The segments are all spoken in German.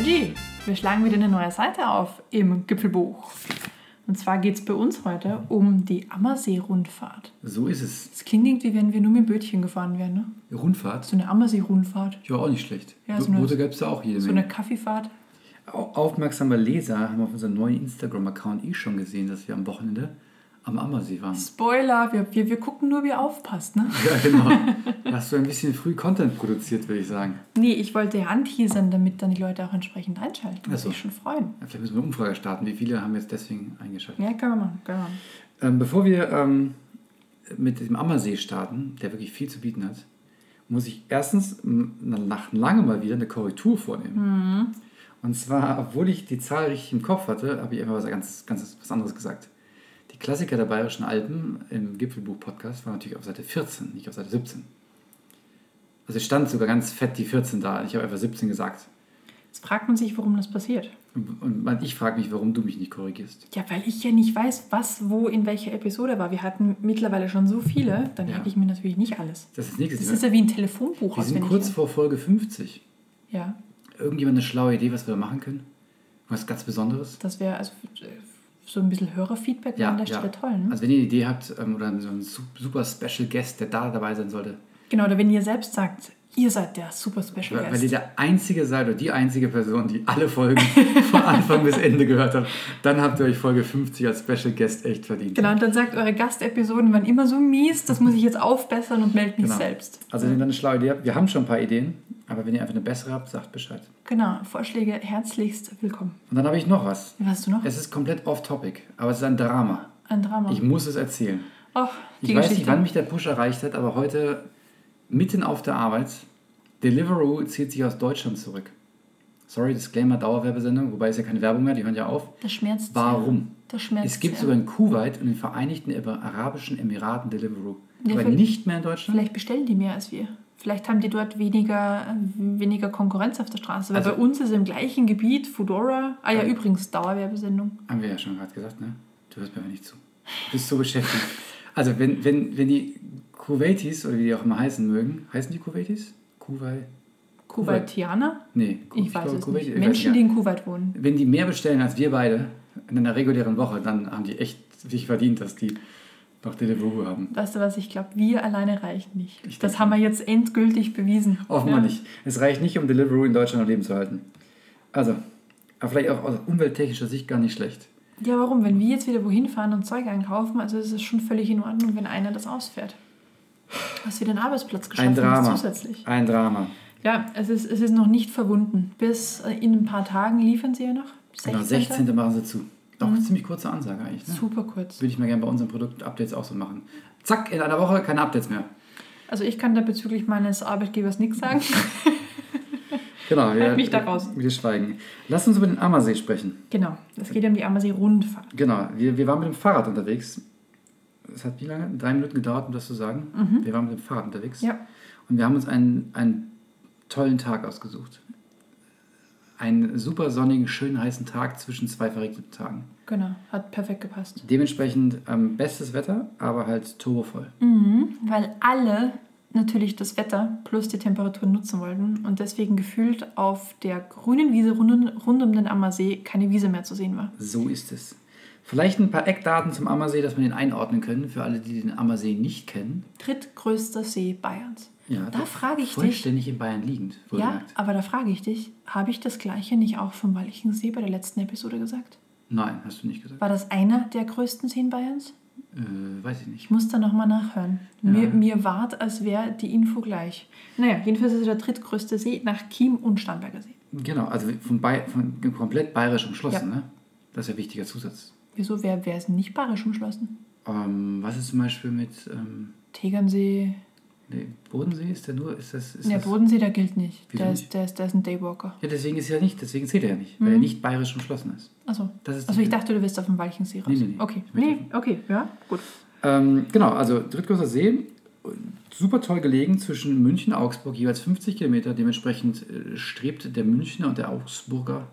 Idee. Wir schlagen wieder eine neue Seite auf im Gipfelbuch. Und zwar geht es bei uns heute um die Ammersee-Rundfahrt. So ist es. Das klingt irgendwie, wenn wir nur mit Bötchen gefahren wären, ne? Rundfahrt? So eine Ammersee-Rundfahrt, Ja, auch nicht schlecht. Ja, Ja, so eine- Boote gab es da auch jede so Menge. eine Kaffeefahrt. Au- Aufmerksame Leser haben auf unserem neuen Instagram-Account eh schon gesehen, dass wir am Wochenende am Ammersee waren. Spoiler, wir, wir, wir gucken nur, wie ihr aufpasst, ne? Ja, genau. Da hast du ein bisschen früh Content produziert, würde ich sagen. Nee, ich wollte ja anteasern, damit dann die Leute auch entsprechend einschalten. Würde Ach so. ich schon freuen. Ja, Vielleicht müssen wir eine Umfrage starten. Wie viele haben jetzt deswegen eingeschaltet? Ja, können wir machen, können wir machen. Ähm, bevor wir ähm, mit dem Ammersee starten, der wirklich viel zu bieten hat, muss ich erstens m, nach lange mal wieder eine Korrektur vornehmen. Mhm. Und zwar, obwohl ich die Zahl richtig im Kopf hatte, habe ich einfach was ganz, ganz was anderes gesagt. Die Klassiker der Bayerischen Alpen im Gipfelbuch-Podcast war natürlich auf Seite 14, nicht auf Seite 17. Also es stand sogar ganz fett die 14 da. Ich habe einfach 17 gesagt. Jetzt fragt man sich, warum das passiert. Und und ich frage mich, warum du mich nicht korrigierst. Ja, weil ich ja nicht weiß, was wo in welcher Episode war. Wir hatten mittlerweile schon so viele, dann Ja. merke ich mir natürlich nicht alles. Das ist das nächste. Das Thema. ist ja wie ein Telefonbuch. wir sind auswendig kurz lernen. vor Folge 50. Ja, irgendjemand eine schlaue Idee, was wir da machen können? Was ganz Besonderes? das wäre also äh, so ein bisschen Hörerfeedback wäre an der Stelle toll. Ne? Also wenn ihr eine Idee habt ähm, oder so einen su- super Special Guest, der da dabei sein sollte, genau, oder wenn ihr selbst sagt, ihr seid der super Special weil, weil ihr Guest. der einzige seid oder die einzige Person, die alle Folgen von Anfang bis Ende gehört hat, dann habt ihr euch Folge 50 als Special Guest echt verdient. Genau, und dann sagt, eure Gastepisoden waren immer so mies, das muss ich jetzt aufbessern und meldet mich Genau. selbst. Also wenn ihr dann eine schlaue Idee habt, wir haben schon ein paar Ideen, aber wenn ihr einfach eine bessere habt, sagt Bescheid. Genau, Vorschläge herzlichst willkommen. Und dann habe ich noch was. Was hast du noch? Es ist komplett off-topic, aber es ist ein Drama. Ein Drama. Ich muss es erzählen. Och, die Ich weiß nicht, Geschichte. wann mich der Push erreicht hat, aber heute mitten auf der Arbeit, Deliveroo zieht sich aus Deutschland zurück. Sorry, Disclaimer, Dauerwerbesendung, wobei ist ja keine Werbung mehr, die hören ja auf. das schmerzt Warum? sehr. Das schmerzt Es gibt sehr. sogar in Kuwait und den Vereinigten Arabischen Emiraten Deliveroo. Ja, aber vielleicht- nicht mehr in Deutschland. Vielleicht bestellen die mehr als wir. Vielleicht haben die dort weniger, weniger Konkurrenz auf der Straße. Weil Also- bei uns ist im gleichen Gebiet Foodora. Ah ja, Ja. übrigens, Dauerwerbesendung. Haben wir ja schon gerade gesagt, ne? Du hörst mir aber nicht zu. Du bist so beschäftigt. Also, wenn, wenn, wenn die Kuwaitis, oder wie die auch immer heißen mögen, heißen die Kuwaitis? Kuwait? Kuwaitianer? Nee, Ku- Ich, weiß glaube, es Kuwaiti- nicht. ich weiß Menschen, die in Kuwait wohnen. wenn die mehr bestellen als wir beide in einer regulären Woche, dann haben die echt sich verdient, dass die noch Deliveroo haben. Weißt du was, ich glaube, wir alleine reichen nicht. Ich das denke haben wir jetzt endgültig bewiesen. Offenbar Ja. nicht. Es reicht nicht, um Deliveroo in Deutschland am Leben zu halten. Also, aber vielleicht auch aus umwelttechnischer Sicht gar nicht schlecht. Ja, warum? Wenn wir jetzt wieder wohin fahren und Zeug einkaufen, also ist es schon völlig in Ordnung, wenn einer das ausfährt. Hast du den Arbeitsplatz geschafft? Ein Drama. Zusätzlich. Ein Drama. Ja, es ist, es ist noch nicht verwunden. Bis äh, in ein paar Tagen liefern sie ja noch. Genau, 16. machen sie zu. Doch, ziemlich kurze Ansage eigentlich. Ne? Super kurz. Würde ich mal gerne bei unseren Produktupdates auch so machen. Zack, in einer Woche keine Updates mehr. Also ich kann da bezüglich meines Arbeitgebers nichts sagen. Genau, wir, Halt mich da raus. wir schweigen. Lass uns über den Ammersee sprechen. genau, es geht um die Ammersee-Rundfahrt. Genau, wir, wir waren mit dem Fahrrad unterwegs. Es hat wie lange? Drei Minuten gedauert, um das zu sagen. Wir waren mit dem Fahrrad unterwegs. Mhm. Ja. Und wir haben uns einen, einen tollen Tag ausgesucht. Einen super sonnigen, schönen, heißen Tag zwischen zwei verregneten Tagen. Genau, hat perfekt gepasst. Dementsprechend ähm, bestes Wetter, aber halt turbovoll. Mhm. Weil alle natürlich das Wetter plus die Temperatur nutzen wollten und deswegen gefühlt auf der grünen Wiese rund, rund um den Ammersee keine Wiese mehr zu sehen war. So ist es. Vielleicht ein paar Eckdaten zum Ammersee, dass wir den einordnen können, für alle, die den Ammersee nicht kennen. Drittgrößter See Bayerns. Ja, Da frage ich dich. Vollständig in Bayern liegend, Ja, wohlgemerkt. aber da frage ich dich, habe ich das gleiche nicht auch vom Walchensee bei der letzten Episode gesagt? Nein, hast du nicht gesagt. War das einer der größten Seen Bayerns? Äh, weiß ich nicht. Ich muss da nochmal nachhören. Mir, mir ward, als wäre die Info gleich. Naja, jedenfalls ist er der drittgrößte See nach Chiem und Starnberger See. Genau, also von, Bay von komplett bayerisch umschlossen, Ja. ne? Das ist ein wichtiger Zusatz. Wieso wäre wer es nicht bayerisch umschlossen? Ähm, was ist zum Beispiel mit ähm, Tegernsee. nee, Bodensee? Ist der nur? Ist das, ist Der das? Bodensee, der gilt nicht. Wieso Der nicht? ist, der, ist, der ist ein Daywalker. ja, deswegen ist er ja nicht, deswegen zählt er ja nicht, weil er nicht bayerisch umschlossen ist. Achso. Das ist Hm. Also die- ich dachte, du wirst auf dem Walchensee raus. Nee, nee, nee. Okay. Ich möchte- Nee, okay, ja, gut. Ähm, genau, also drittgrößter See, super toll gelegen zwischen München und Augsburg, jeweils 50 Kilometer. Dementsprechend äh, strebt der Münchner und der Augsburger,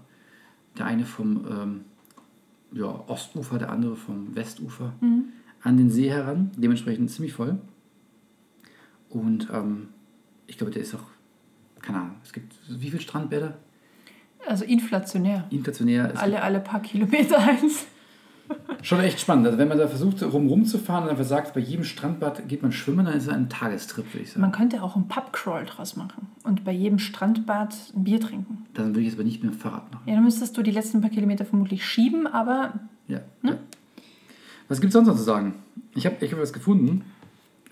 der eine vom ähm, ja, Ostufer, der andere vom Westufer, an den See heran. Dementsprechend ziemlich voll. Und ähm, ich glaube, der ist auch, keine Ahnung, es gibt wie viele Strandbäder? Also inflationär. Inflationär ist Alle, alle paar Kilometer eins. schon echt spannend. Also wenn man da versucht, rum rumzufahren und einfach sagt, bei jedem Strandbad geht man schwimmen, dann ist es ein Tagestrip, würde ich sagen. Man könnte auch einen Pubcrawl draus machen und bei jedem Strandbad ein Bier trinken. Dann würde ich es aber nicht mit dem Fahrrad machen. Ja, dann müsstest du die letzten paar Kilometer vermutlich schieben, aber Ja. Ne? ja. Was gibt es sonst noch zu sagen? Ich habe ich hab was gefunden.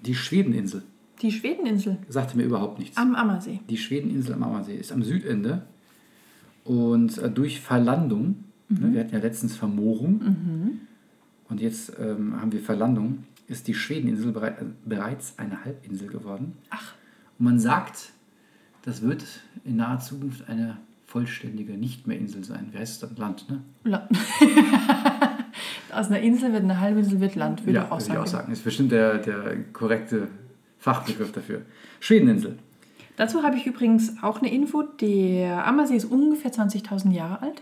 Die Schwedeninsel. die Schwedeninsel Sagte mir überhaupt nichts. am Ammersee. Die Schwedeninsel am Ammersee ist am Südende und äh, durch Verlandung, Mhm. ne, wir hatten ja letztens Vermoorung und jetzt ähm, haben wir Verlandung, ist die Schwedeninsel berei äh, bereits eine Halbinsel geworden. Ach, Und man sagt, das wird in naher Zukunft eine vollständige nicht mehr Insel sein. Wie heißt es dann? Land, ne? La- aus einer Insel wird eine Halbinsel wird Land, würde ich auch würde ich sagen. genau. auch sagen. Ist bestimmt der, der korrekte Fachbegriff dafür. Schwedeninsel. Dazu habe ich übrigens auch eine Info. Der Ammersee ist ungefähr 20.000 Jahre alt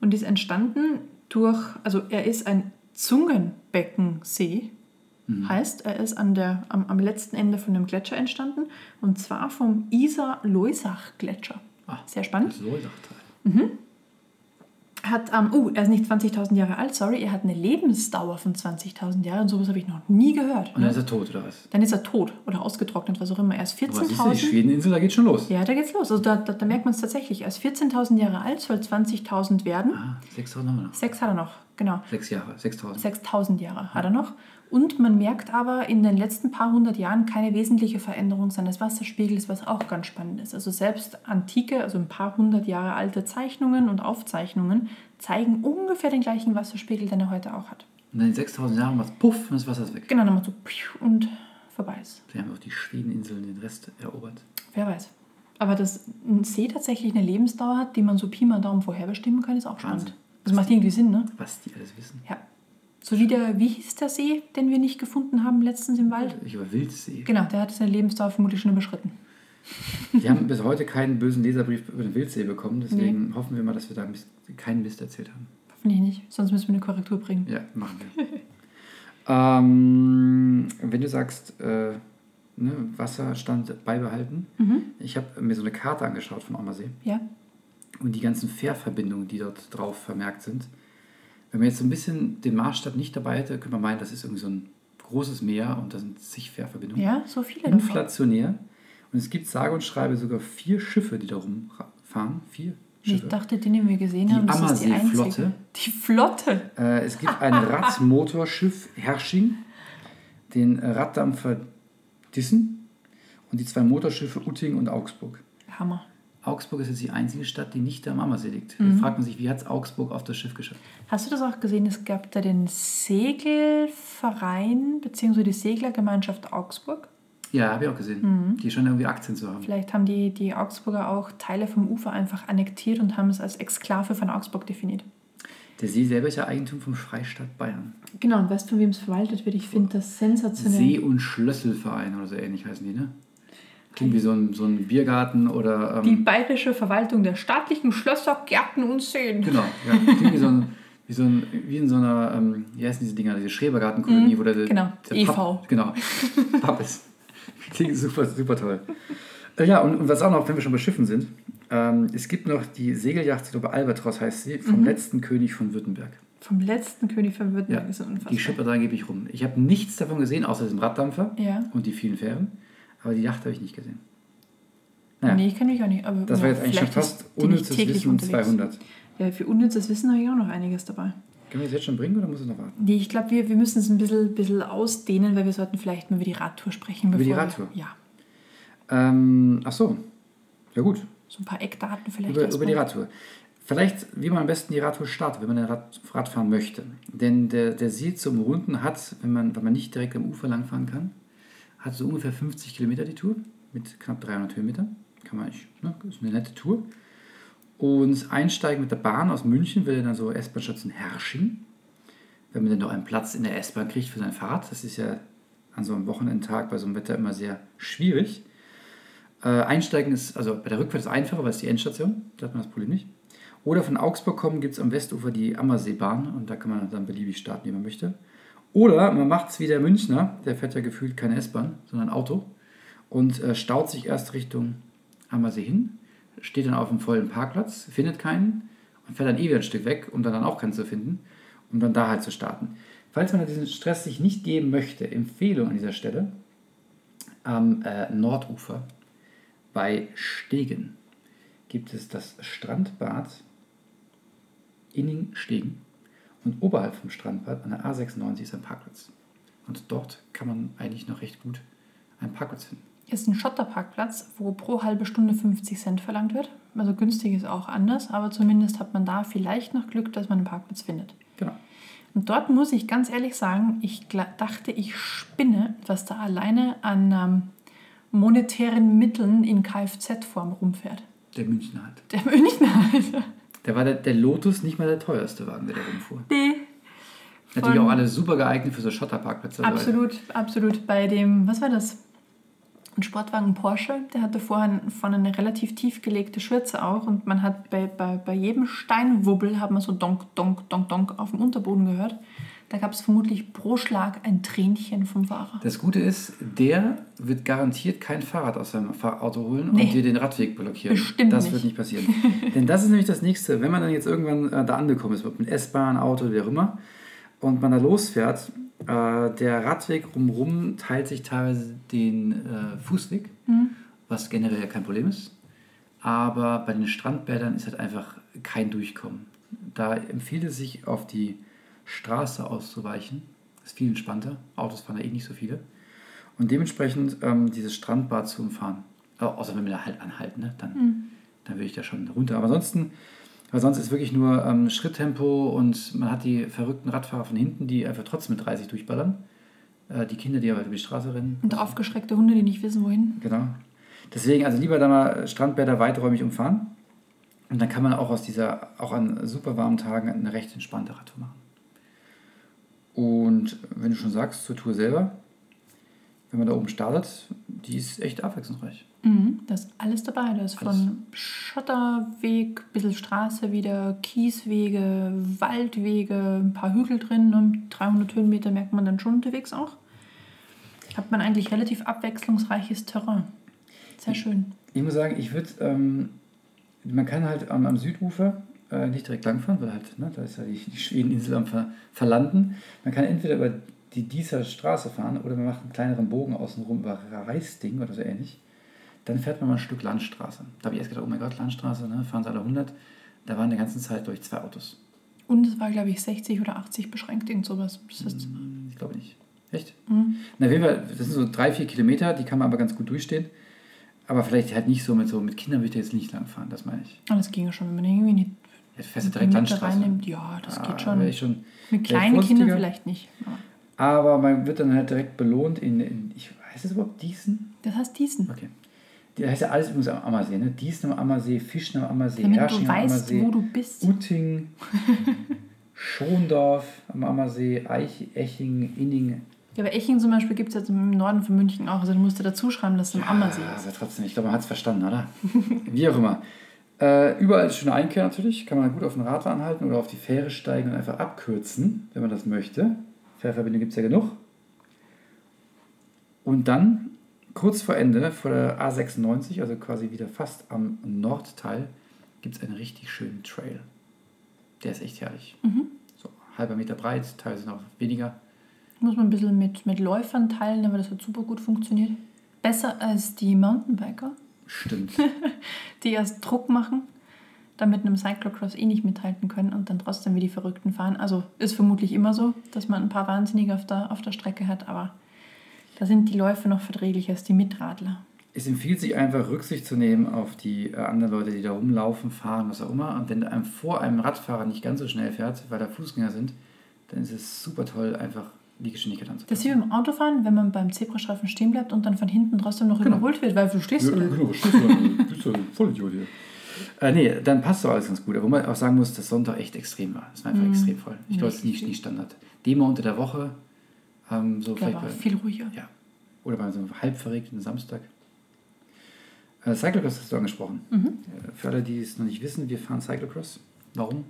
und ist entstanden durch, also er ist ein Zungenbeckensee. Heißt, er ist an der, am, am letzten Ende von einem Gletscher entstanden und zwar vom Isar-Loisach-Gletscher. Ah, Sehr spannend. Das Loisachtal. Hat, ähm, oh, er ist nicht 20.000 Jahre alt, sorry, er hat eine Lebensdauer von 20.000 Jahren und sowas habe ich noch nie gehört. Und dann ist er tot, oder was? Dann ist er tot oder ausgetrocknet, was auch immer. Er ist Aber siehst du, die 14.000 Schwedeninsel, da geht schon los. Ja, da geht's los. Also da, da, da merkt man es tatsächlich. Er ist 14.000 Jahre alt, soll 20.000 werden. Ah, 6.000 haben wir noch. Sechs hat er noch, genau. Sechs Jahre, 6.000. 6.000 Jahre hat er noch. Und man merkt aber in den letzten paar hundert Jahren keine wesentliche Veränderung seines Wasserspiegels, was auch ganz spannend ist. Also selbst antike, also ein paar hundert Jahre alte Zeichnungen und Aufzeichnungen zeigen ungefähr den gleichen Wasserspiegel, den er heute auch hat. Und dann in 6.000 Jahren war es puff und das Wasser ist weg. Genau, dann macht so piu und vorbei ist. Vielleicht haben auch die Schwedeninseln den Rest erobert. Wer weiß. Aber dass ein See tatsächlich eine Lebensdauer hat, die man so Pi mal Daumen vorher bestimmen kann, ist auch spannend. Wahnsinn. Das macht irgendwie Sinn, ne? Was die alles wissen. Ja. So wie der, wie hieß der See, den wir nicht gefunden haben letztens im Wald? Ich über Wildsee. Genau, der hat seine Lebensdauer vermutlich schon überschritten. Wir haben bis heute keinen bösen Leserbrief über den Wildsee bekommen, deswegen hoffen wir mal, dass wir da Mist, keinen Mist erzählt haben. Hoffentlich nicht, sonst müssen wir eine Korrektur bringen. Ja, machen wir. ähm, wenn du sagst, äh, ne, Wasserstand beibehalten, ich habe mir so eine Karte angeschaut vom Ammersee. Ja. und die ganzen Fährverbindungen, die dort drauf vermerkt sind. Wenn man jetzt so ein bisschen den Maßstab nicht dabei hätte, könnte man meinen, das ist irgendwie so ein großes Meer und da sind zig Fährverbindungen. Ja, so viele. davon. Inflationär. Und es gibt sage und schreibe sogar vier Schiffe, die da rumfahren. Vier Ich Schiffe. dachte, die, die wir gesehen Die haben, das ist die Ammersee-Flotte. einzige. Die Flotte. Äh, es gibt ein Radmotorschiff Hersching, den äh, Raddampfer Dissen und die zwei Motorschiffe Utting und Augsburg. Hammer. Augsburg ist jetzt die einzige Stadt, die nicht am Ammersee liegt. Da fragt man sich, wie hat es Augsburg auf das Schiff geschafft? Hast du das auch gesehen? Es gab da den Segelverein bzw. die Seglergemeinschaft Augsburg. Ja, habe ich auch gesehen. Die scheinen irgendwie Aktien zu haben. Vielleicht haben die, die Augsburger auch Teile vom Ufer einfach annektiert und haben es als Exklave von Augsburg definiert. Der See selber ist ja Eigentum vom Freistaat Bayern. Genau, und weißt du, von wem es verwaltet wird? Ich finde das sensationell. See- und Schlösselverein oder so ähnlich heißen die, ne? Klingt wie so ein, so ein Biergarten oder. Die Ähm, bayerische Verwaltung der staatlichen Schlösser, Gärten und Seen. genau, ja. Klingt wie so ein. Wie, so ein, wie in so einer, ähm, wie heißen diese Dinger, diese Schrebergartenkolonie, wo der, der genau, Papp, EV. genau, Papp ist. Klingt super, super toll. Äh, Ja, und, und was auch noch, wenn wir schon bei Schiffen sind, ähm, es gibt noch die Segeljacht, ich glaube Albatros heißt sie, Mhm. vom letzten König von Württemberg. Vom letzten König von Ja, Württemberg ist er unfassbar. die schippert da angeblich rum. Ich habe nichts davon gesehen, außer diesem Raddampfer Ja. und die vielen Fähren. Aber die Yacht habe ich nicht gesehen. Naja, Nee, ich kenne mich auch nicht. Aber das war jetzt eigentlich schon vielleicht fast ist die nicht unnützes täglich Wissen unterwegs. 200. Ja, für unnützes Wissen habe ich auch noch einiges dabei. Können wir das jetzt schon bringen oder muss es noch warten? Nee, ich glaube, wir, wir müssen es ein bisschen, bisschen ausdehnen, weil wir sollten vielleicht mal über die Radtour sprechen. Über die bevor Radtour? Wir, ja, Ähm, ach so, ja gut, so ein paar Eckdaten vielleicht. über, über erstmal. die Radtour. Vielleicht, wie man am besten die Radtour startet, wenn man den Rad, Rad fahren möchte. Denn der, der See zum Runden hat, wenn man, wenn man nicht direkt am Ufer langfahren kann, hat so ungefähr 50 Kilometer die Tour mit knapp 300 Höhenmetern. Kann man nicht, ne? ist eine nette Tour. Und einsteigen mit der Bahn aus München will er dann so S-Bahn-Station Hersching. Wenn man dann noch einen Platz in der S-Bahn kriegt für sein Fahrrad, das ist ja an so einem Wochenendtag bei so einem Wetter immer sehr schwierig. Äh, einsteigen ist, also bei der Rückfahrt ist einfacher, weil es die Endstation, da hat man das Problem nicht. Oder von Augsburg kommen gibt es am Westufer die Ammerseebahn und da kann man dann beliebig starten, wie man möchte. Oder man macht es wie der Münchner, der fährt ja gefühlt keine S-Bahn, sondern Auto und äh, staut sich erst Richtung Ammersee hin, steht dann auf einem vollen Parkplatz, findet keinen und fährt dann eh wieder ein Stück weg, um dann, dann auch keinen zu finden, um dann da halt zu starten. Falls man diesen Stress sich nicht geben möchte, Empfehlung an dieser Stelle am äh, Nordufer bei Stegen gibt es das Strandbad Inning-Stegen und oberhalb vom Strandbad an der A96 ist ein Parkplatz. Und dort kann man eigentlich noch recht gut einen Parkplatz finden. Ist ein Schotterparkplatz, wo pro halbe Stunde 50 Cent verlangt wird. Also günstig ist auch anders, aber zumindest hat man da vielleicht noch Glück, dass man einen Parkplatz findet. Genau. Und dort muss ich ganz ehrlich sagen, ich gla- dachte, ich spinne, was da alleine an ähm, monetären Mitteln in Kfz-Form rumfährt. Der Münchner halt. Der Münchner. Alter. Da war der, der Lotus nicht mal der teuerste Wagen, der da rumfuhr. Nee. Natürlich Von- auch alle super geeignet für so Schotterparkplätze. also Absolut, absolut. Bei dem, was war das? Ein Sportwagen Porsche, der hatte vorhin von eine relativ tief gelegte Schürze auch und man hat bei, bei, bei jedem Steinwubbel hat man so donk, donk, donk, donk auf dem Unterboden gehört. Da gab es vermutlich pro Schlag ein Tränchen vom Fahrer. Das Gute ist, der wird garantiert kein Fahrrad aus seinem Fahr- Auto holen Nee. und dir den Radweg blockieren. Bestimmt das nicht. wird nicht passieren. Denn das ist nämlich das Nächste. Wenn man dann jetzt irgendwann äh, da angekommen ist, mit einem S-Bahn, Auto, wie auch immer, und man da losfährt, äh, der Radweg rumrum teilt sich teilweise den äh, Fußweg, Mhm. was generell ja kein Problem ist. Aber bei den Strandbädern ist halt einfach kein Durchkommen. Da empfiehlt es sich, auf die Straße auszuweichen. Ist viel entspannter. Autos fahren da eh nicht so viele. Und dementsprechend ähm, dieses Strandbad zu umfahren. Au- außer wenn wir da halt anhalten, ne? dann, dann würde ich da schon runter. Aber ansonsten, weil sonst ist wirklich nur ähm, Schritttempo und man hat die verrückten Radfahrer von hinten, die einfach trotzdem mit 30 durchballern. Äh, die Kinder, die aber über die Straße rennen. Und aufgeschreckte Hunde, die nicht wissen, wohin. Genau. Deswegen, also lieber da mal Strandbäder weiträumig umfahren. Und dann kann man auch aus dieser, auch an super warmen Tagen eine recht entspannte Radtour machen. Und wenn du schon sagst, zur Tour selber, wenn man da oben startet, die ist echt abwechslungsreich. Mhm. Da ist alles dabei. Da ist Alles. von Schotterweg, bisschen Straße wieder, Kieswege, Waldwege, ein paar Hügel drin. Ne? 300 Höhenmeter merkt man dann schon unterwegs auch. Hat man eigentlich relativ abwechslungsreiches Terrain. Sehr schön. Ich muss sagen, ich würde, ähm, man kann halt am, am Südufer äh, nicht direkt langfahren, weil halt, ne, da ist ja die, die Schwedeninsel am Ver, Verlanden. Man kann entweder über die Dieser Straße fahren oder man macht einen kleineren Bogen außenrum über Reisding oder so ähnlich. Dann fährt man mal ein Stück Landstraße. Da habe ich erst gedacht, oh mein Gott, Landstraße, ne, fahren sie alle 100. Da waren die ganze Zeit durch zwei Autos. Und es war, glaube ich, 60 oder 80 beschränkt, irgend sowas. Das heißt, Hm, Ich glaube nicht. Echt? Na, auf jeden Fall, das sind so drei, vier Kilometer, die kann man aber ganz gut durchstehen. Aber vielleicht halt nicht so mit so, mit Kindern würde ich da jetzt nicht langfahren, das meine ich. das ging ja schon, wenn man irgendwie in die Ja, du fährst ja direkt Mitte Landstraße. reinnimmt. Ja, das Ah, geht schon. wär ich schon wär Mit ich kleinen Kindern vorsichtiger. vielleicht nicht. Aber Aber man wird dann halt direkt belohnt in, in ich weiß es überhaupt, Diesen? das heißt diesen. Okay. Die heißt ja alles übrigens am Ammersee, ne? Diesen am Ammersee, Fischen am Ammersee, Damit Hersching du am weißt, Ammersee, wo du bist. Utting, Schondorf am Ammersee, Eich, Eching, Inning. Ja, bei Eching zum Beispiel gibt es jetzt im Norden von München auch. Also du musst da dazu schreiben, dass es am Ammersee Ah, ist. aber trotzdem, ich glaube, man hat es verstanden, oder? Wie auch immer. Äh, überall ist schöne Einkehr natürlich, kann man gut auf den Radler anhalten oder auf die Fähre steigen und einfach abkürzen, wenn man das möchte. Fährverbindung gibt es ja genug. Und dann, kurz vor Ende, vor der A96, also quasi wieder fast am Nordteil, gibt es einen richtig schönen Trail. Der ist echt herrlich. Mhm. So halber Meter breit, teilweise noch weniger. Muss man ein bisschen mit, mit Läufern teilen, aber das hat super gut funktioniert. Besser als die Mountainbiker, Stimmt. die erst Druck machen, dann mit einem Cyclocross eh nicht mithalten können und dann trotzdem wie die Verrückten fahren. Also ist vermutlich immer so, dass man ein paar Wahnsinnige auf der, auf der Strecke hat, aber da sind die Läufe noch verträglicher als die Mitradler. es empfiehlt sich einfach Rücksicht zu nehmen auf die äh, anderen Leute, die da rumlaufen, fahren, was auch immer. Und wenn einem vor einem Radfahrer nicht ganz so schnell fährt, weil da Fußgänger sind, dann ist es super toll, einfach die Geschwindigkeit Das ist anzupassen. wie beim Autofahren, wenn man beim Zebrastreifen stehen bleibt und dann von hinten trotzdem noch Genau. überholt wird, weil du stehst ja, stimmt. Du bist ja voll Idiot hier. Äh, nee, dann passt doch alles ganz gut. Obwohl man auch sagen muss, dass Sonntag echt extrem war. Es war Mhm. einfach extrem voll. Ich glaube, es ist nicht, nicht Standard. Demo unter der Woche, ähm, so Da vielleicht war bei- viel ruhiger. Ja. Oder bei so einem halb verregneten Samstag. Äh, Cyclocross hast du angesprochen. Mhm. Äh, Für alle, die es noch nicht wissen, wir fahren Cyclocross. Warum?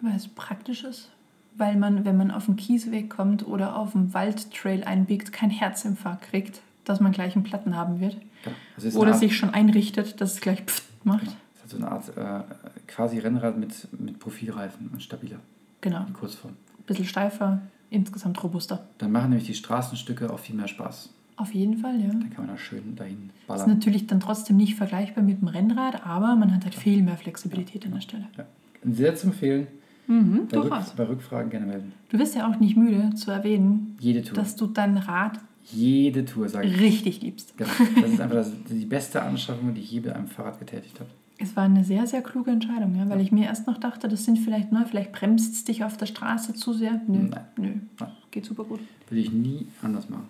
Weil es praktisch ist. Weil man, wenn man auf den Kiesweg kommt oder auf den Waldtrail einbiegt, keinen Herzinfarkt kriegt. dass man gleich einen Platten haben wird. Genau. Also es ist Oder eine Art, sich schon einrichtet, dass es gleich pfft macht. es hat so eine Art äh, quasi Rennrad mit, mit Profilreifen und stabiler, Genau. in Kurzform. Ein bisschen steifer, insgesamt robuster. Dann machen nämlich die Straßenstücke auch viel mehr Spaß. Auf jeden Fall, ja. Dann kann man da schön dahin Ist ballern. natürlich dann trotzdem nicht vergleichbar mit dem Rennrad, aber man hat halt viel mehr Flexibilität an der Stelle. Ja. Sehr zu empfehlen. Mhm, Bei, Rück, durchaus. bei Rückfragen gerne melden. Du wirst ja auch nicht müde zu erwähnen, Jede Tour. dass du dein Rad Jede Tour, sage ich. richtig liebst. Genau. Das ist einfach das, die beste Anschaffung, die ich je mit einem Fahrrad getätigt habe. Es war eine sehr, sehr kluge Entscheidung, ja, weil ich mir erst noch dachte, das sind vielleicht neu, vielleicht bremst es dich auf der Straße zu sehr. Nö, Nein. nö, Nein. geht super gut. Würde ich nie anders machen.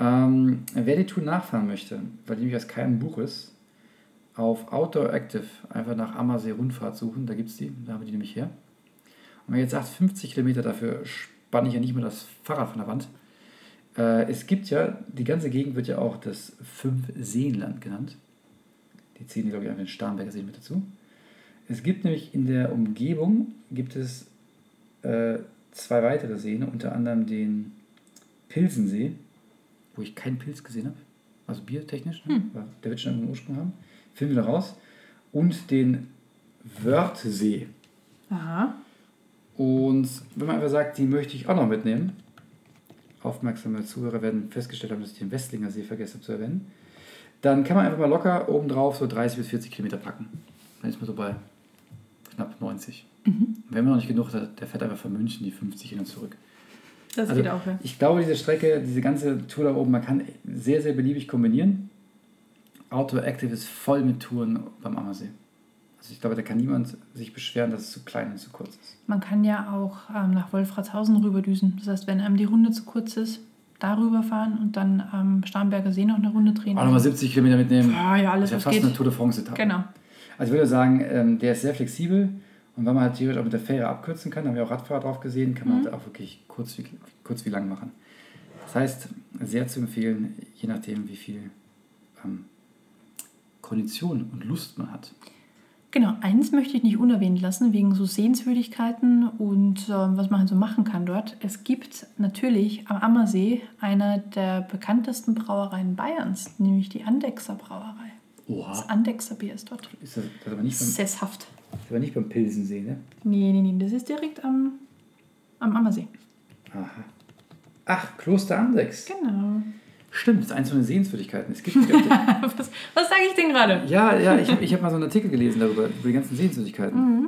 Ähm, wer die Tour nachfahren möchte, weil die nämlich aus keinem Buch ist, auf Outdoor Active einfach nach Ammersee Rundfahrt suchen, da gibt es die, da haben wir die nämlich her. Und wenn ihr jetzt sagt, 50 Kilometer, dafür spanne ich ja nicht mehr das Fahrrad von der Wand. Äh, es gibt ja, die ganze Gegend wird ja auch das Fünf-Seenland genannt. Die ziehen, glaube ich, einfach den Starnberger See mit dazu. Es gibt nämlich in der Umgebung, gibt es äh, zwei weitere Seen, unter anderem den Pilsensee, wo ich keinen Pilz gesehen habe, also biertechnisch, ne? Weil der wird schon einen Ursprung haben, finden wir da raus, und den Wörthsee. Aha. Und wenn man einfach sagt, die möchte ich auch noch mitnehmen, aufmerksame Zuhörer werden festgestellt haben, dass ich den Westlinger See vergessen habe zu erwähnen, dann kann man einfach mal locker obendrauf so 30 bis 40 Kilometer packen. Dann ist man so bei knapp 90. Wenn man noch nicht genug hat, der fährt einfach von München die 50 hin und zurück. Das Also, geht auch, ja. Ich glaube, diese Strecke, diese ganze Tour da oben, man kann sehr, sehr beliebig kombinieren. Outdoor Active ist voll mit Touren beim Ammersee. Also ich glaube, da kann niemand sich beschweren, dass es zu klein und zu kurz ist. Man kann ja auch ähm, nach Wolfratshausen rüberdüsen. Das heißt, wenn einem die Runde zu kurz ist, darüber fahren und dann am Starnberger See noch eine Runde drehen. Auch nochmal 70 Kilometer mitnehmen. Ja, ja, Genau. das alles, ist ja was fast geht. eine Tour de France Etappe. Genau. Also ich würde sagen, ähm, der ist sehr flexibel und wenn man halt theoretisch auch mit der Fähre abkürzen kann, da haben wir auch Radfahrer drauf gesehen, kann Mhm. man halt auch wirklich kurz wie, kurz wie lang machen. Das heißt, sehr zu empfehlen, je nachdem, wie viel ähm, Kondition und Lust man hat. Genau, eins möchte ich nicht unerwähnt lassen, wegen so Sehenswürdigkeiten und ähm, was man halt so machen kann dort. Es gibt natürlich am Ammersee eine der bekanntesten Brauereien Bayerns, nämlich die Andechser Brauerei. Oha. Das Andechser Bier ist dort. Ist das, das aber, nicht beim, Sesshaft. das aber nicht beim Pilsensee, ne? Nee, nee, nee, das ist direkt am, am Ammersee. Aha. Ach, Kloster Andex. Genau. Stimmt, das ist eins von den Sehenswürdigkeiten. Es gibt die, was was sage ich denn gerade? Ja, ja, ich, ich habe mal so einen Artikel gelesen darüber, über die ganzen Sehenswürdigkeiten.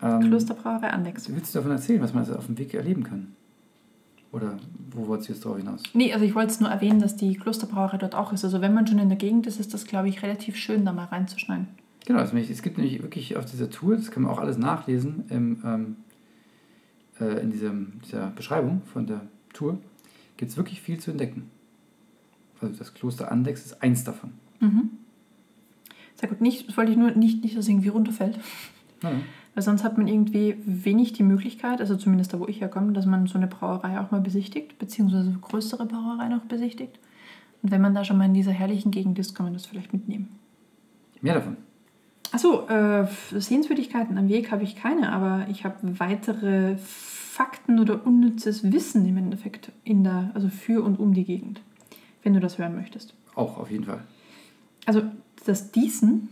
Ähm, Klosterbrauerei Andex. Willst du davon erzählen, was man also auf dem Weg erleben kann? Oder wo wolltest du jetzt drauf hinaus? Nee, also ich wollte es nur erwähnen, dass die Klosterbrauerei dort auch ist. Also wenn man schon in der Gegend ist, ist das, glaube ich, relativ schön, da mal reinzuschneiden. Genau, also nämlich- es gibt nämlich wirklich auf dieser Tour, das kann man auch alles nachlesen im, ähm, äh, in diesem, dieser Beschreibung von der Tour, gibt es wirklich viel zu entdecken. Also das Kloster Andex ist eins davon. Sehr gut, nicht, das wollte ich nur nicht, nicht dass es irgendwie runterfällt. Ja, ja. Weil sonst hat man irgendwie wenig die Möglichkeit, also zumindest da, wo ich herkomme, dass man so eine Brauerei auch mal besichtigt, beziehungsweise größere Brauereien auch besichtigt. Und wenn man da schon mal in dieser herrlichen Gegend ist, kann man das vielleicht mitnehmen. Mehr davon. Achso, äh, Sehenswürdigkeiten am Weg habe ich keine, aber ich habe weitere Fakten oder unnützes Wissen im Endeffekt in der, also für und um die Gegend, wenn du das hören möchtest. Auch auf jeden Fall. Also das Diesen,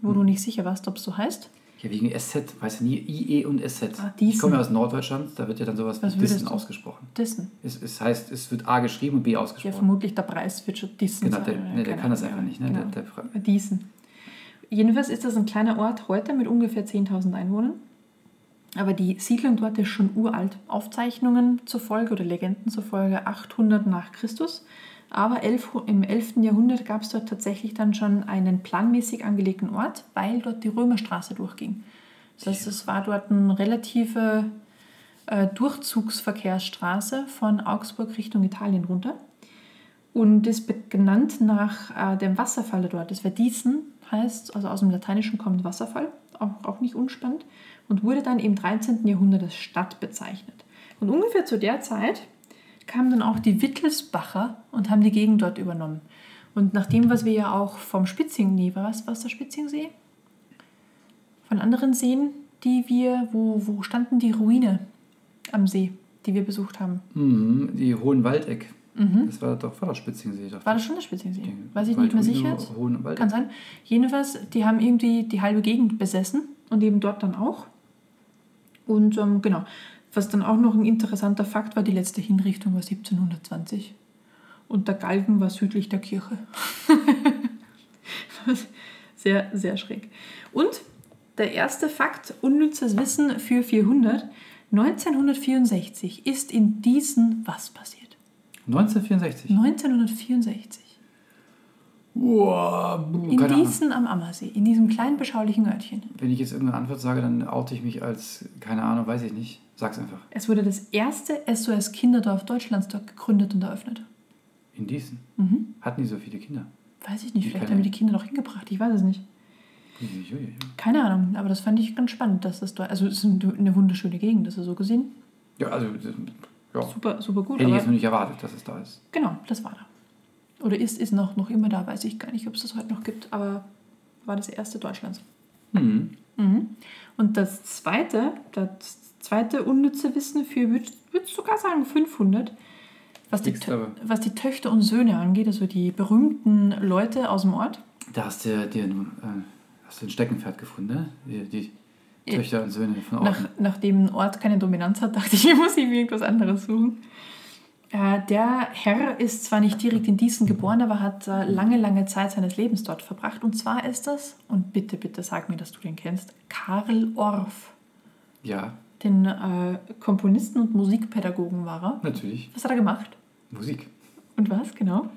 wo du nicht sicher warst, ob es so heißt, Ja, wegen SZ, weiß ja nie, IE und SZ. Ah, Diesen. ich komme ja aus Norddeutschland, da wird ja dann sowas Was wie würdest Dissen du- ausgesprochen. Dissen. Es, es heißt, es wird A geschrieben und B Ja, ausgesprochen. vermutlich der Preis wird schon diesen Genau, der- sein, ne, der keine kann das Ahnung, einfach nicht, ne, Genau. der- der Pre- diesen. Jedenfalls ist das ein kleiner Ort heute mit ungefähr 10.000 Einwohnern. Aber die Siedlung dort ist schon uralt. Aufzeichnungen zufolge oder Legenden zufolge 800 nach Christus. Aber 11, hu- im 11. Jahrhundert gab es dort tatsächlich dann schon einen planmäßig angelegten Ort, weil dort die Römerstraße durchging. Das heißt, es war dort eine relative äh, Durchzugsverkehrsstraße von Augsburg Richtung Italien runter. Und ist benannt nach äh, dem Wasserfall, der dort ist. Verdießen heißt, also aus dem Lateinischen kommt Wasserfall, auch, auch nicht unspannend, und wurde dann im 13. Jahrhundert als Stadt bezeichnet. Und ungefähr zu der Zeit kamen dann auch die Wittelsbacher und haben die Gegend dort übernommen. Und nach dem, was wir ja auch vom Spitzingsee, war es was der Spitzingsee? Von anderen Seen, die wir, wo, wo standen die Ruine am See, die wir besucht haben? Mhm, die Hohenwaldeck. Das war doch, war doch Spitzingsee. Doch. War das schon der Spitzingsee? Weiß ich nicht mehr sicher. jetzt. Hohenwald. Kann sein. Jedenfalls, die haben irgendwie die halbe Gegend besessen und eben dort dann auch. Und ähm, genau, was dann auch noch ein interessanter Fakt war, die letzte Hinrichtung war 1720. Und der Galgen war südlich der Kirche. sehr, sehr schräg. Und der erste Fakt, unnützes Wissen für 400. 1964 ist in Diesen was passiert? 1964. 1964. Wow, In keine Ahnung. Diesen am Ammersee, in diesem kleinen beschaulichen Örtchen. Wenn ich jetzt irgendeine Antwort sage, dann oute ich mich als, keine Ahnung, weiß ich nicht. Sag's einfach. Es wurde das erste SOS Kinderdorf Deutschlands dort gegründet und eröffnet. In Diesen. Mhm. Hatten die so viele Kinder? Weiß ich nicht, Wie vielleicht kann haben er- die Kinder noch hingebracht, ich weiß es nicht. Uiuiui. Keine Ahnung, aber das fand ich ganz spannend, dass das dort. Also, es ist eine wunderschöne Gegend, das ist so gesehen. Ja, also, das- ja. Super, super gut. Hätte ich jetzt Aber noch nicht erwartet, dass es da ist. genau, das war da. Oder ist, ist noch, noch immer da, weiß ich gar nicht, ob es das heute noch gibt, aber war das erste Deutschlands. Mhm. Mhm. Und das zweite, das zweite unnütze Wissen für, würde würd sogar sagen, 500, was die, Nix Tö- dabei. was die Töchter und Söhne angeht, also die berühmten Leute aus dem Ort. Da hast du den, äh, hast du ein Steckenpferd gefunden, ne? Die, die Ja. Töchter und Söhne von Nach, Orten. nachdem ein Ort keine Dominanz hat, dachte ich, ich muss ihm irgendwas anderes suchen. Äh, der Herr ist zwar nicht direkt in Diesen geboren, aber hat äh, lange, lange Zeit seines Lebens dort verbracht. Und zwar ist das, und bitte, bitte sag mir, dass du den kennst, Karl Orff. Ja, Den äh, Komponisten und Musikpädagogen war er. natürlich. Was hat er gemacht? Musik. Und was, genau?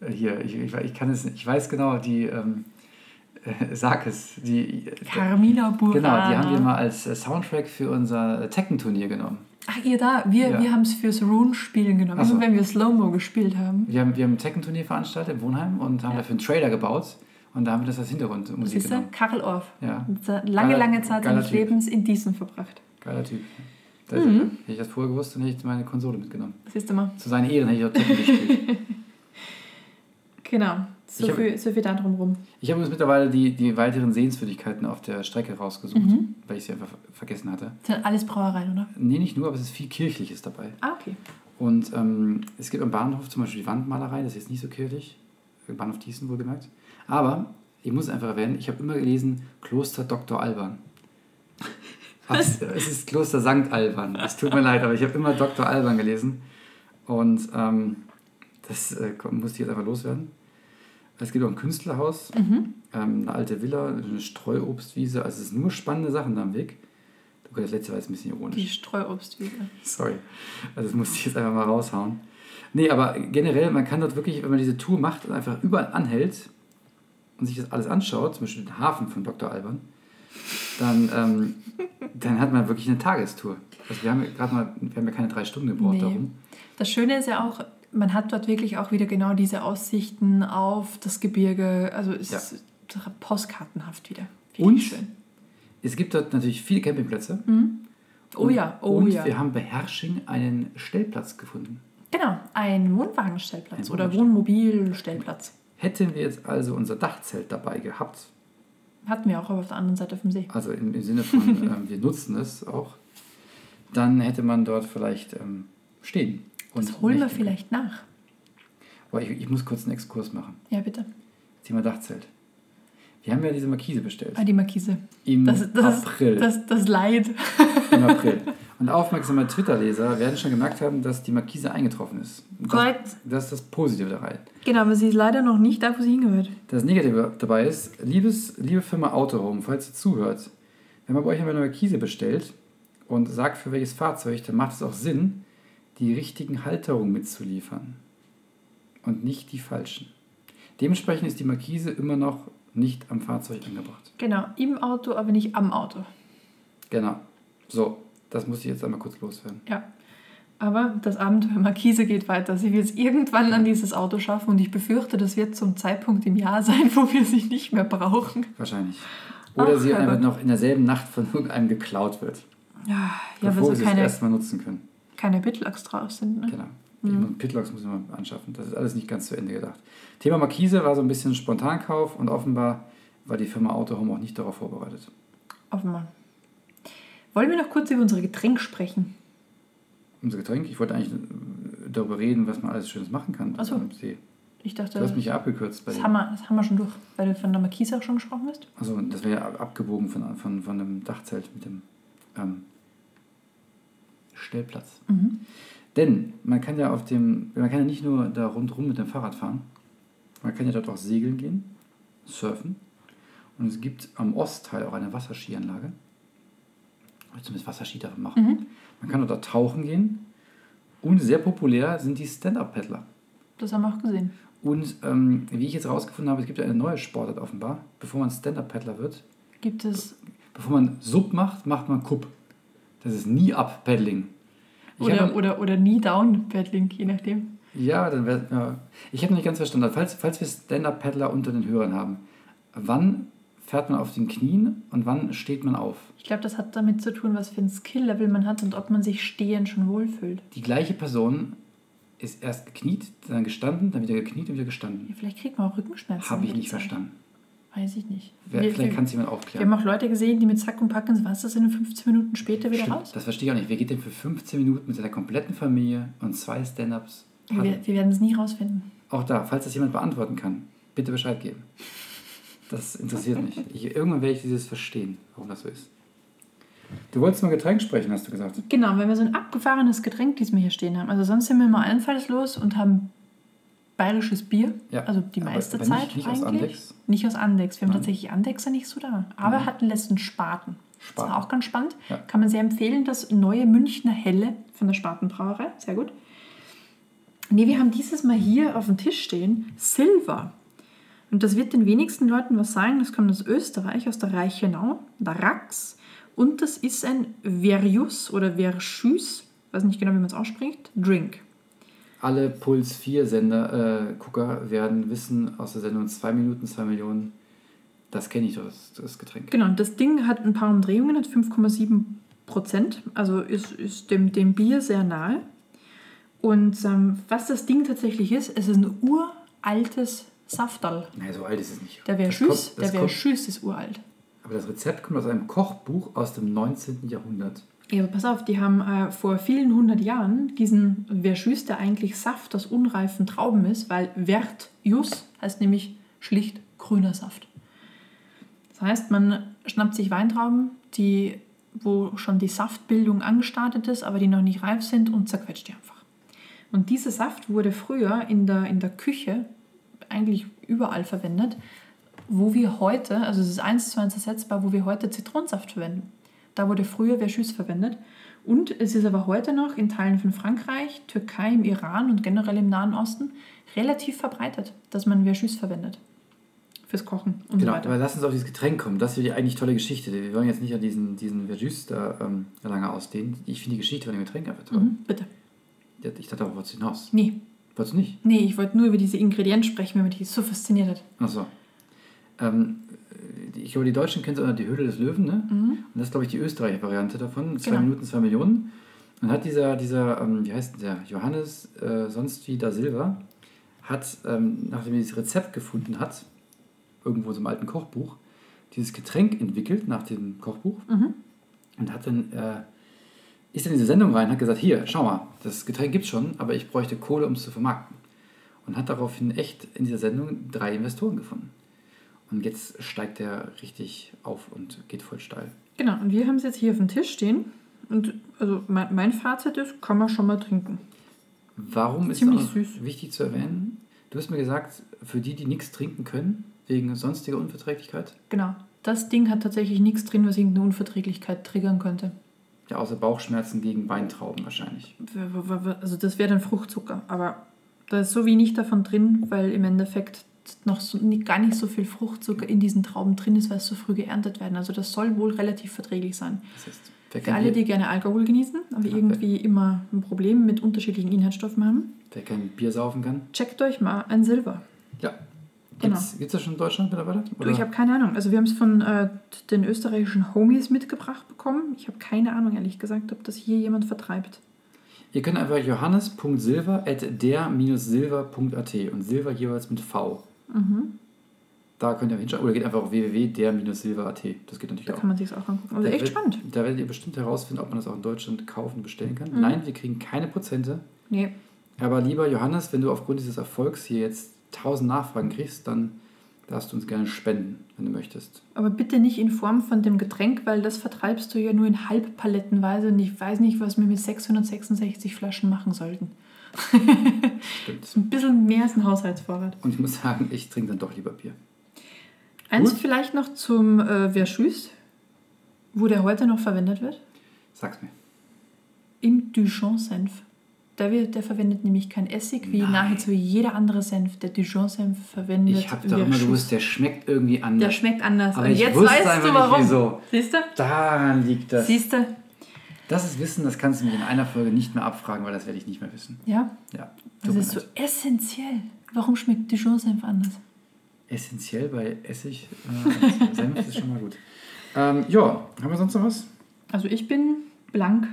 Äh, Hier, ich, ich, ich kann es, ich weiß genau, die, ähm, äh, sag es, die, äh, Carmina Burana. genau, die haben wir mal als äh, Soundtrack für unser äh, Tekken-Turnier genommen. Ach, ihr da? Wir, Ja. wir haben es fürs Rune-Spielen genommen, Ach so. immer wenn wir Slow-Mo gespielt haben. Wir haben, wir haben ein Tekken-Turnier veranstaltet in Wohnheim und haben dafür einen Trailer gebaut und da haben wir das als Hintergrundmusik Siehst du? genommen. Karl Orff. genau. Ja, Hat er Lange, Geiler- lange Zeit geiler seines Typ. Lebens in Diesen verbracht. geiler Typ. Da Hätte ich das vorher gewusst, dann hätte ich meine Konsole mitgenommen. Siehst du mal? Zu seinen Ehren hätte ich auch Tekken gespielt. Genau. So, Ich hab- viel, so viel da drum rum. Ich habe übrigens mittlerweile die, die weiteren Sehenswürdigkeiten auf der Strecke rausgesucht, weil ich sie einfach vergessen hatte. Das sind alles Brauereien, oder? Nee, nicht nur, aber es ist viel Kirchliches dabei. Ah, okay. Und ähm, es gibt am Bahnhof zum Beispiel die Wandmalerei, das ist jetzt nicht so kirchlich. Bahnhof Thiessen wohlgemerkt. Aber ich muss es einfach erwähnen, ich habe immer gelesen Kloster Dr. Alban. Was? Es ist Kloster St. Alban. Es tut mir leid, aber ich habe immer Dr. Alban gelesen. Und ähm, das äh, musste ich jetzt einfach loswerden. Es gibt auch ein Künstlerhaus, ähm, eine alte Villa, eine Streuobstwiese. Also es sind nur spannende Sachen da am Weg. Okay, das letzte war jetzt ein bisschen ironisch. Die Streuobstwiese. Sorry. Also das musste ich jetzt einfach mal raushauen. Nee, aber generell, man kann dort wirklich, wenn man diese Tour macht und einfach überall anhält und sich das alles anschaut, zum Beispiel den Hafen von Dr. Alban, dann, ähm, dann hat man wirklich eine Tagestour. Also wir haben ja gerade mal, wir haben ja keine drei Stunden gebraucht Nee. darum. Das Schöne ist ja auch, man hat dort wirklich auch wieder genau diese Aussichten auf das Gebirge. Also es Ja. ist postkartenhaft wieder. Wirklich Und es gibt dort natürlich viele Campingplätze. Oh ja, oh und ja. wir haben bei Hersching einen Stellplatz gefunden. Genau, ein Wohnwagenstellplatz Ein oder Wohnwagen- Wohnmobilstellplatz. Hätten wir jetzt also unser Dachzelt dabei gehabt, Hatten wir auch aber auf der anderen Seite vom See. also im, im Sinne von, ähm, wir nutzen es auch, dann hätte man dort vielleicht ähm, stehen. Das holen wir nicht- vielleicht nach. Boah, ich, ich muss kurz einen Exkurs machen. Ja, bitte. Thema Dachzelt. Wir haben ja diese Markise bestellt. Ah, die Markise. Im Das, das, Hm, April. Das, das Leid. Im April. Und aufmerksame Twitter-Leser werden schon gemerkt haben, dass die Markise eingetroffen ist. Und Korrekt. Das, das ist das Positive dabei. Genau, aber sie ist leider noch nicht da, wo sie hingehört. Das Negative dabei ist, liebes, liebe Firma Autohome, falls ihr zuhört, wenn man bei euch einmal eine Markise bestellt und sagt, für welches Fahrzeug, dann macht es auch Sinn, die richtigen Halterungen mitzuliefern und nicht die falschen. Dementsprechend ist die Markise immer noch nicht am Fahrzeug angebracht. Genau, im Auto, aber nicht am Auto. Genau. So, das muss ich jetzt einmal kurz loswerden. Ja. Aber das Abenteuer Markise geht weiter. Sie wird es irgendwann an dieses Auto schaffen und ich befürchte, das wird zum Zeitpunkt im Jahr sein, wo wir sie nicht mehr brauchen. Wahrscheinlich. Oder Ach, sie einfach Herbert. noch in derselben Nacht von irgendeinem geklaut wird, Ja, ja bevor weil sie so es keine, erstmal nutzen können. keine Pitlocks drauf sind. Ne? Genau. Ich muss- Pitlocks muss man anschaffen. Das ist alles nicht ganz zu Ende gedacht. Thema Markise war so ein bisschen Spontankauf und offenbar war die Firma Autohome auch nicht darauf vorbereitet. Offenbar. Wollen wir noch kurz über unsere Getränke sprechen? Um Unser Getränk, ich wollte eigentlich darüber reden, was man alles Schönes machen kann Ach so. am See. Ich dachte, Du hast mich ja abgekürzt bei das, dem. haben wir, das haben wir schon durch, weil du von der Markise auch schon gesprochen hast. Also das wäre ja ab- abgebogen von, von, von einem Dachzelt mit dem ähm, Stellplatz. Mhm. Denn man kann ja auf dem, man kann ja nicht nur da rundherum mit dem Fahrrad fahren, man kann ja dort auch segeln gehen, surfen. Und es gibt am Ostteil auch eine Wasserskianlage. Oder zumindest Wasserski davon machen. Man kann dort auch tauchen gehen. Und sehr populär sind die Stand-Up-Paddler. Das haben wir auch gesehen. Und ähm, wie ich jetzt herausgefunden habe, es gibt ja eine neue Sportart offenbar. Bevor man Stand-Up-Paddler wird, Gibt es Bevor man Sub macht, macht man Kupp. Das ist nie Up-Paddling. Ich hab oder, noch- oder, oder nie down paddling je nachdem. ja, dann wär, ja. Ich habe nicht ganz verstanden. Falls, falls wir Stand-Up-Paddler unter den Hörern haben, wann fährt man auf den Knien und wann steht man auf? Ich glaube, das hat damit zu tun, was für ein Skill-Level man hat und ob man sich stehend schon wohlfühlt. Die gleiche Person ist erst gekniet, dann gestanden, dann wieder gekniet und wieder gestanden. Ja, vielleicht kriegt man auch Rückenschmerzen. Habe ich mit nicht der Zeit. verstanden. Weiß ich nicht. Wer, wir, vielleicht wir, kann es jemand wir aufklären. haben auch Leute gesehen, die mit Sack und Pack ins Wasser sind und 15 Minuten später wieder Stimmt, raus. Das verstehe ich auch nicht. Wer geht denn für 15 Minuten mit seiner kompletten Familie und zwei Stand-Ups? paddeln? Wir, wir werden es nie rausfinden. Auch da, falls das jemand beantworten kann, bitte Bescheid geben. Das interessiert mich. Ich, irgendwann werde ich dieses verstehen, warum das so ist. Du wolltest mal Getränk sprechen, hast du gesagt. Genau, wenn wir so ein abgefahrenes Getränk diesmal hier stehen haben. Also sonst sind wir immer einfallslos und haben bayerisches Bier. Ja, also die aber- meiste aber nicht- Zeit nicht aus eigentlich. Andex? Nicht aus Andex. Wir haben Nein. tatsächlich Andexer nicht so da. Aber Nein. hatten letztens Spaten. Das war Spaten. auch ganz spannend. Ja. Kann man sehr empfehlen, das neue Münchner Helle von der Spatenbrauerei. Sehr gut. Nee, wir haben dieses Mal hier auf dem Tisch stehen Silver. Und das wird den wenigsten Leuten was sagen. Das kommt aus Österreich, aus der Reichenau, der Rax. Und das ist ein Verius oder Verschüss, weiß nicht genau, wie man es ausspricht, Drink. Alle Puls 4 Sender, äh, Gucker werden wissen aus der Sendung 2 Minuten, 2 Millionen. Das kenne ich doch, das, das Getränk. Genau, und das Ding hat ein paar Umdrehungen, hat 5,7 Prozent, also ist, ist dem, dem Bier sehr nahe. Und ähm, was das Ding tatsächlich ist, es ist ein uraltes Saftal. Nein, so alt ist es nicht. Der wäre Das Schüss, kommt- das der wäre kommt- Schüss ist uralt. Aber das Rezept kommt aus einem Kochbuch aus dem 19. Jahrhundert. Ja, aber pass auf, die haben äh, vor vielen hundert Jahren diesen Verschüss, der eigentlich Saft aus unreifen Trauben ist, weil Vertjus heißt nämlich schlicht grüner Saft. Das heißt, man schnappt sich Weintrauben, die, wo schon die Saftbildung angestartet ist, aber die noch nicht reif sind und zerquetscht die einfach. Und dieser Saft wurde früher in der, in der Küche eigentlich überall verwendet, wo wir heute, also es ist eins zu eins ersetzbar, wo wir heute Zitronensaft verwenden. Da wurde früher Verschüss verwendet. Und es ist aber heute noch in Teilen von Frankreich, Türkei, im Iran und generell im Nahen Osten relativ verbreitet, dass man Verschüss verwendet. Fürs Kochen und Genau, so weiter. aber lass uns auf dieses Getränk kommen. Das ist die eigentlich tolle Geschichte. Wir wollen jetzt nicht an diesen, diesen Verjus da ähm, lange ausdehnen. Ich finde die Geschichte von dem Getränk einfach toll. Mhm, bitte. Ja, Ich dachte, darauf wolltest du hinaus. Nee, Wolltest du nicht? nee, ich wollte nur über diese Ingredienz sprechen, weil mich die so fasziniert hat. Achso. Ähm, ich glaube, die Deutschen kennen es unter die Höhle des Löwen, ne? Und das ist, glaube ich, die österreichische Variante davon. Zwei Genau. Minuten, zwei Millionen. Und hat dieser, dieser ähm, wie heißt denn der? Johannes, äh, sonst wie da Silva, hat, ähm, nachdem er dieses Rezept gefunden hat, irgendwo in so einem alten Kochbuch, dieses Getränk entwickelt nach dem Kochbuch und hat dann, äh, ist in diese Sendung rein und hat gesagt, hier, schau mal, das Getränk gibt's schon, aber ich bräuchte Kohle, um es zu vermarkten. Und hat daraufhin echt in dieser Sendung drei Investoren gefunden. Und jetzt steigt er richtig auf und geht voll steil. Genau, und wir haben es jetzt hier auf dem Tisch stehen. Und also mein, mein Fazit ist, kann man schon mal trinken. Warum ist es Ziemlich auch süß. wichtig zu erwähnen? Du hast mir gesagt, für die, die nichts trinken können, wegen sonstiger Unverträglichkeit, Genau. Das Ding hat tatsächlich nichts drin, was irgendeine Unverträglichkeit triggern könnte. ja, außer Bauchschmerzen gegen Weintrauben wahrscheinlich. W- w- w- Also das wäre dann Fruchtzucker, aber da ist so wenig davon drin, weil im Endeffekt noch so, ni- gar nicht so viel Fruchtzucker in diesen Trauben drin ist, weil es so früh geerntet werden. Also das soll wohl relativ verträglich sein. Das heißt, wer Für kein, alle, Bier, die gerne Alkohol genießen, aber Ja, irgendwie immer ein Problem mit unterschiedlichen Inhaltsstoffen haben, wer kein Bier saufen kann. checkt euch mal ein Silber. Ja. Genau. Gibt's, gibt's das schon in Deutschland mittlerweile? Du, ich habe keine Ahnung. Also wir haben es von äh, den österreichischen Homies mitgebracht bekommen. Ich habe keine Ahnung, ehrlich gesagt, ob das hier jemand vertreibt. Ihr könnt einfach johannes.silver at der-silver.at und Silver jeweils mit V. Mhm. Da könnt ihr hinschauen. Oder geht einfach auf www.der-silver.at. Das geht natürlich Da auch. kann man sich auch angucken. Also Da echt wird- spannend. Mhm. Da werdet ihr bestimmt herausfinden, ob man das auch in Deutschland kaufen und bestellen kann. Nein, wir kriegen keine Prozente, Nee, Aber lieber Johannes, wenn du aufgrund dieses Erfolgs hier jetzt 1000 Nachfragen kriegst, dann darfst du uns gerne spenden, wenn du möchtest. Aber bitte nicht in Form von dem Getränk, weil das vertreibst du ja nur in Halbpalettenweise und ich weiß nicht, was wir mit 666 Flaschen machen sollten. Stimmt. Ein bisschen mehr als ein Haushaltsvorrat. Und ich muss sagen, ich trinke dann doch lieber Bier. Eins Gut. vielleicht noch zum äh, Verschüss, wo der heute noch verwendet wird. Sag's mir. Im Dijon-Senf. Der, wird, der verwendet nämlich kein Essig, wie Nein. nahezu jeder andere Senf. Der Dijon-Senf verwendet Ich habe doch immer Verschüss. gewusst, der schmeckt irgendwie anders. Der schmeckt anders. Aber und ich jetzt wusste weißt einfach du nicht, warum. wieso. Siehst du? Daran liegt das. Siehst du? Das ist Wissen, das kannst du mir in einer Folge nicht mehr abfragen, weil das werde ich nicht mehr wissen. Ja. Ja, tut Das mir ist so leid. essentiell. Warum schmeckt Dijon-Senf anders? essentiell bei Essig. Äh, Senf ist schon mal gut. Ähm, ja, haben wir sonst noch was? Also ich bin blank.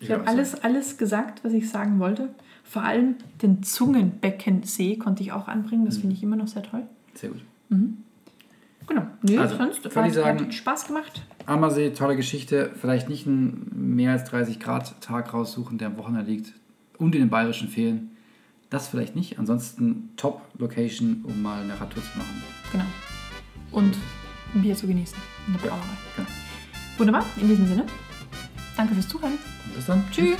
Ich Ja, also habe alles, alles gesagt, was ich sagen wollte. Vor allem den Zungenbeckensee konnte ich auch anbringen. Hm. Das finde ich immer noch sehr toll. Sehr gut. Genau. Nö, Also, sonst würde hat, ich sagen- hat Spaß gemacht. Ammersee, tolle Geschichte. Vielleicht nicht einen mehr als 30 Grad Tag raussuchen, der am Wochenende liegt und in den bayerischen Ferien. Das vielleicht nicht. Ansonsten top Location, um mal eine Radtour zu machen. Genau. Und ein Bier zu genießen in der Brauerei. Genau. Wunderbar, in diesem Sinne. Danke fürs Zuhören. Und bis dann. Tschüss.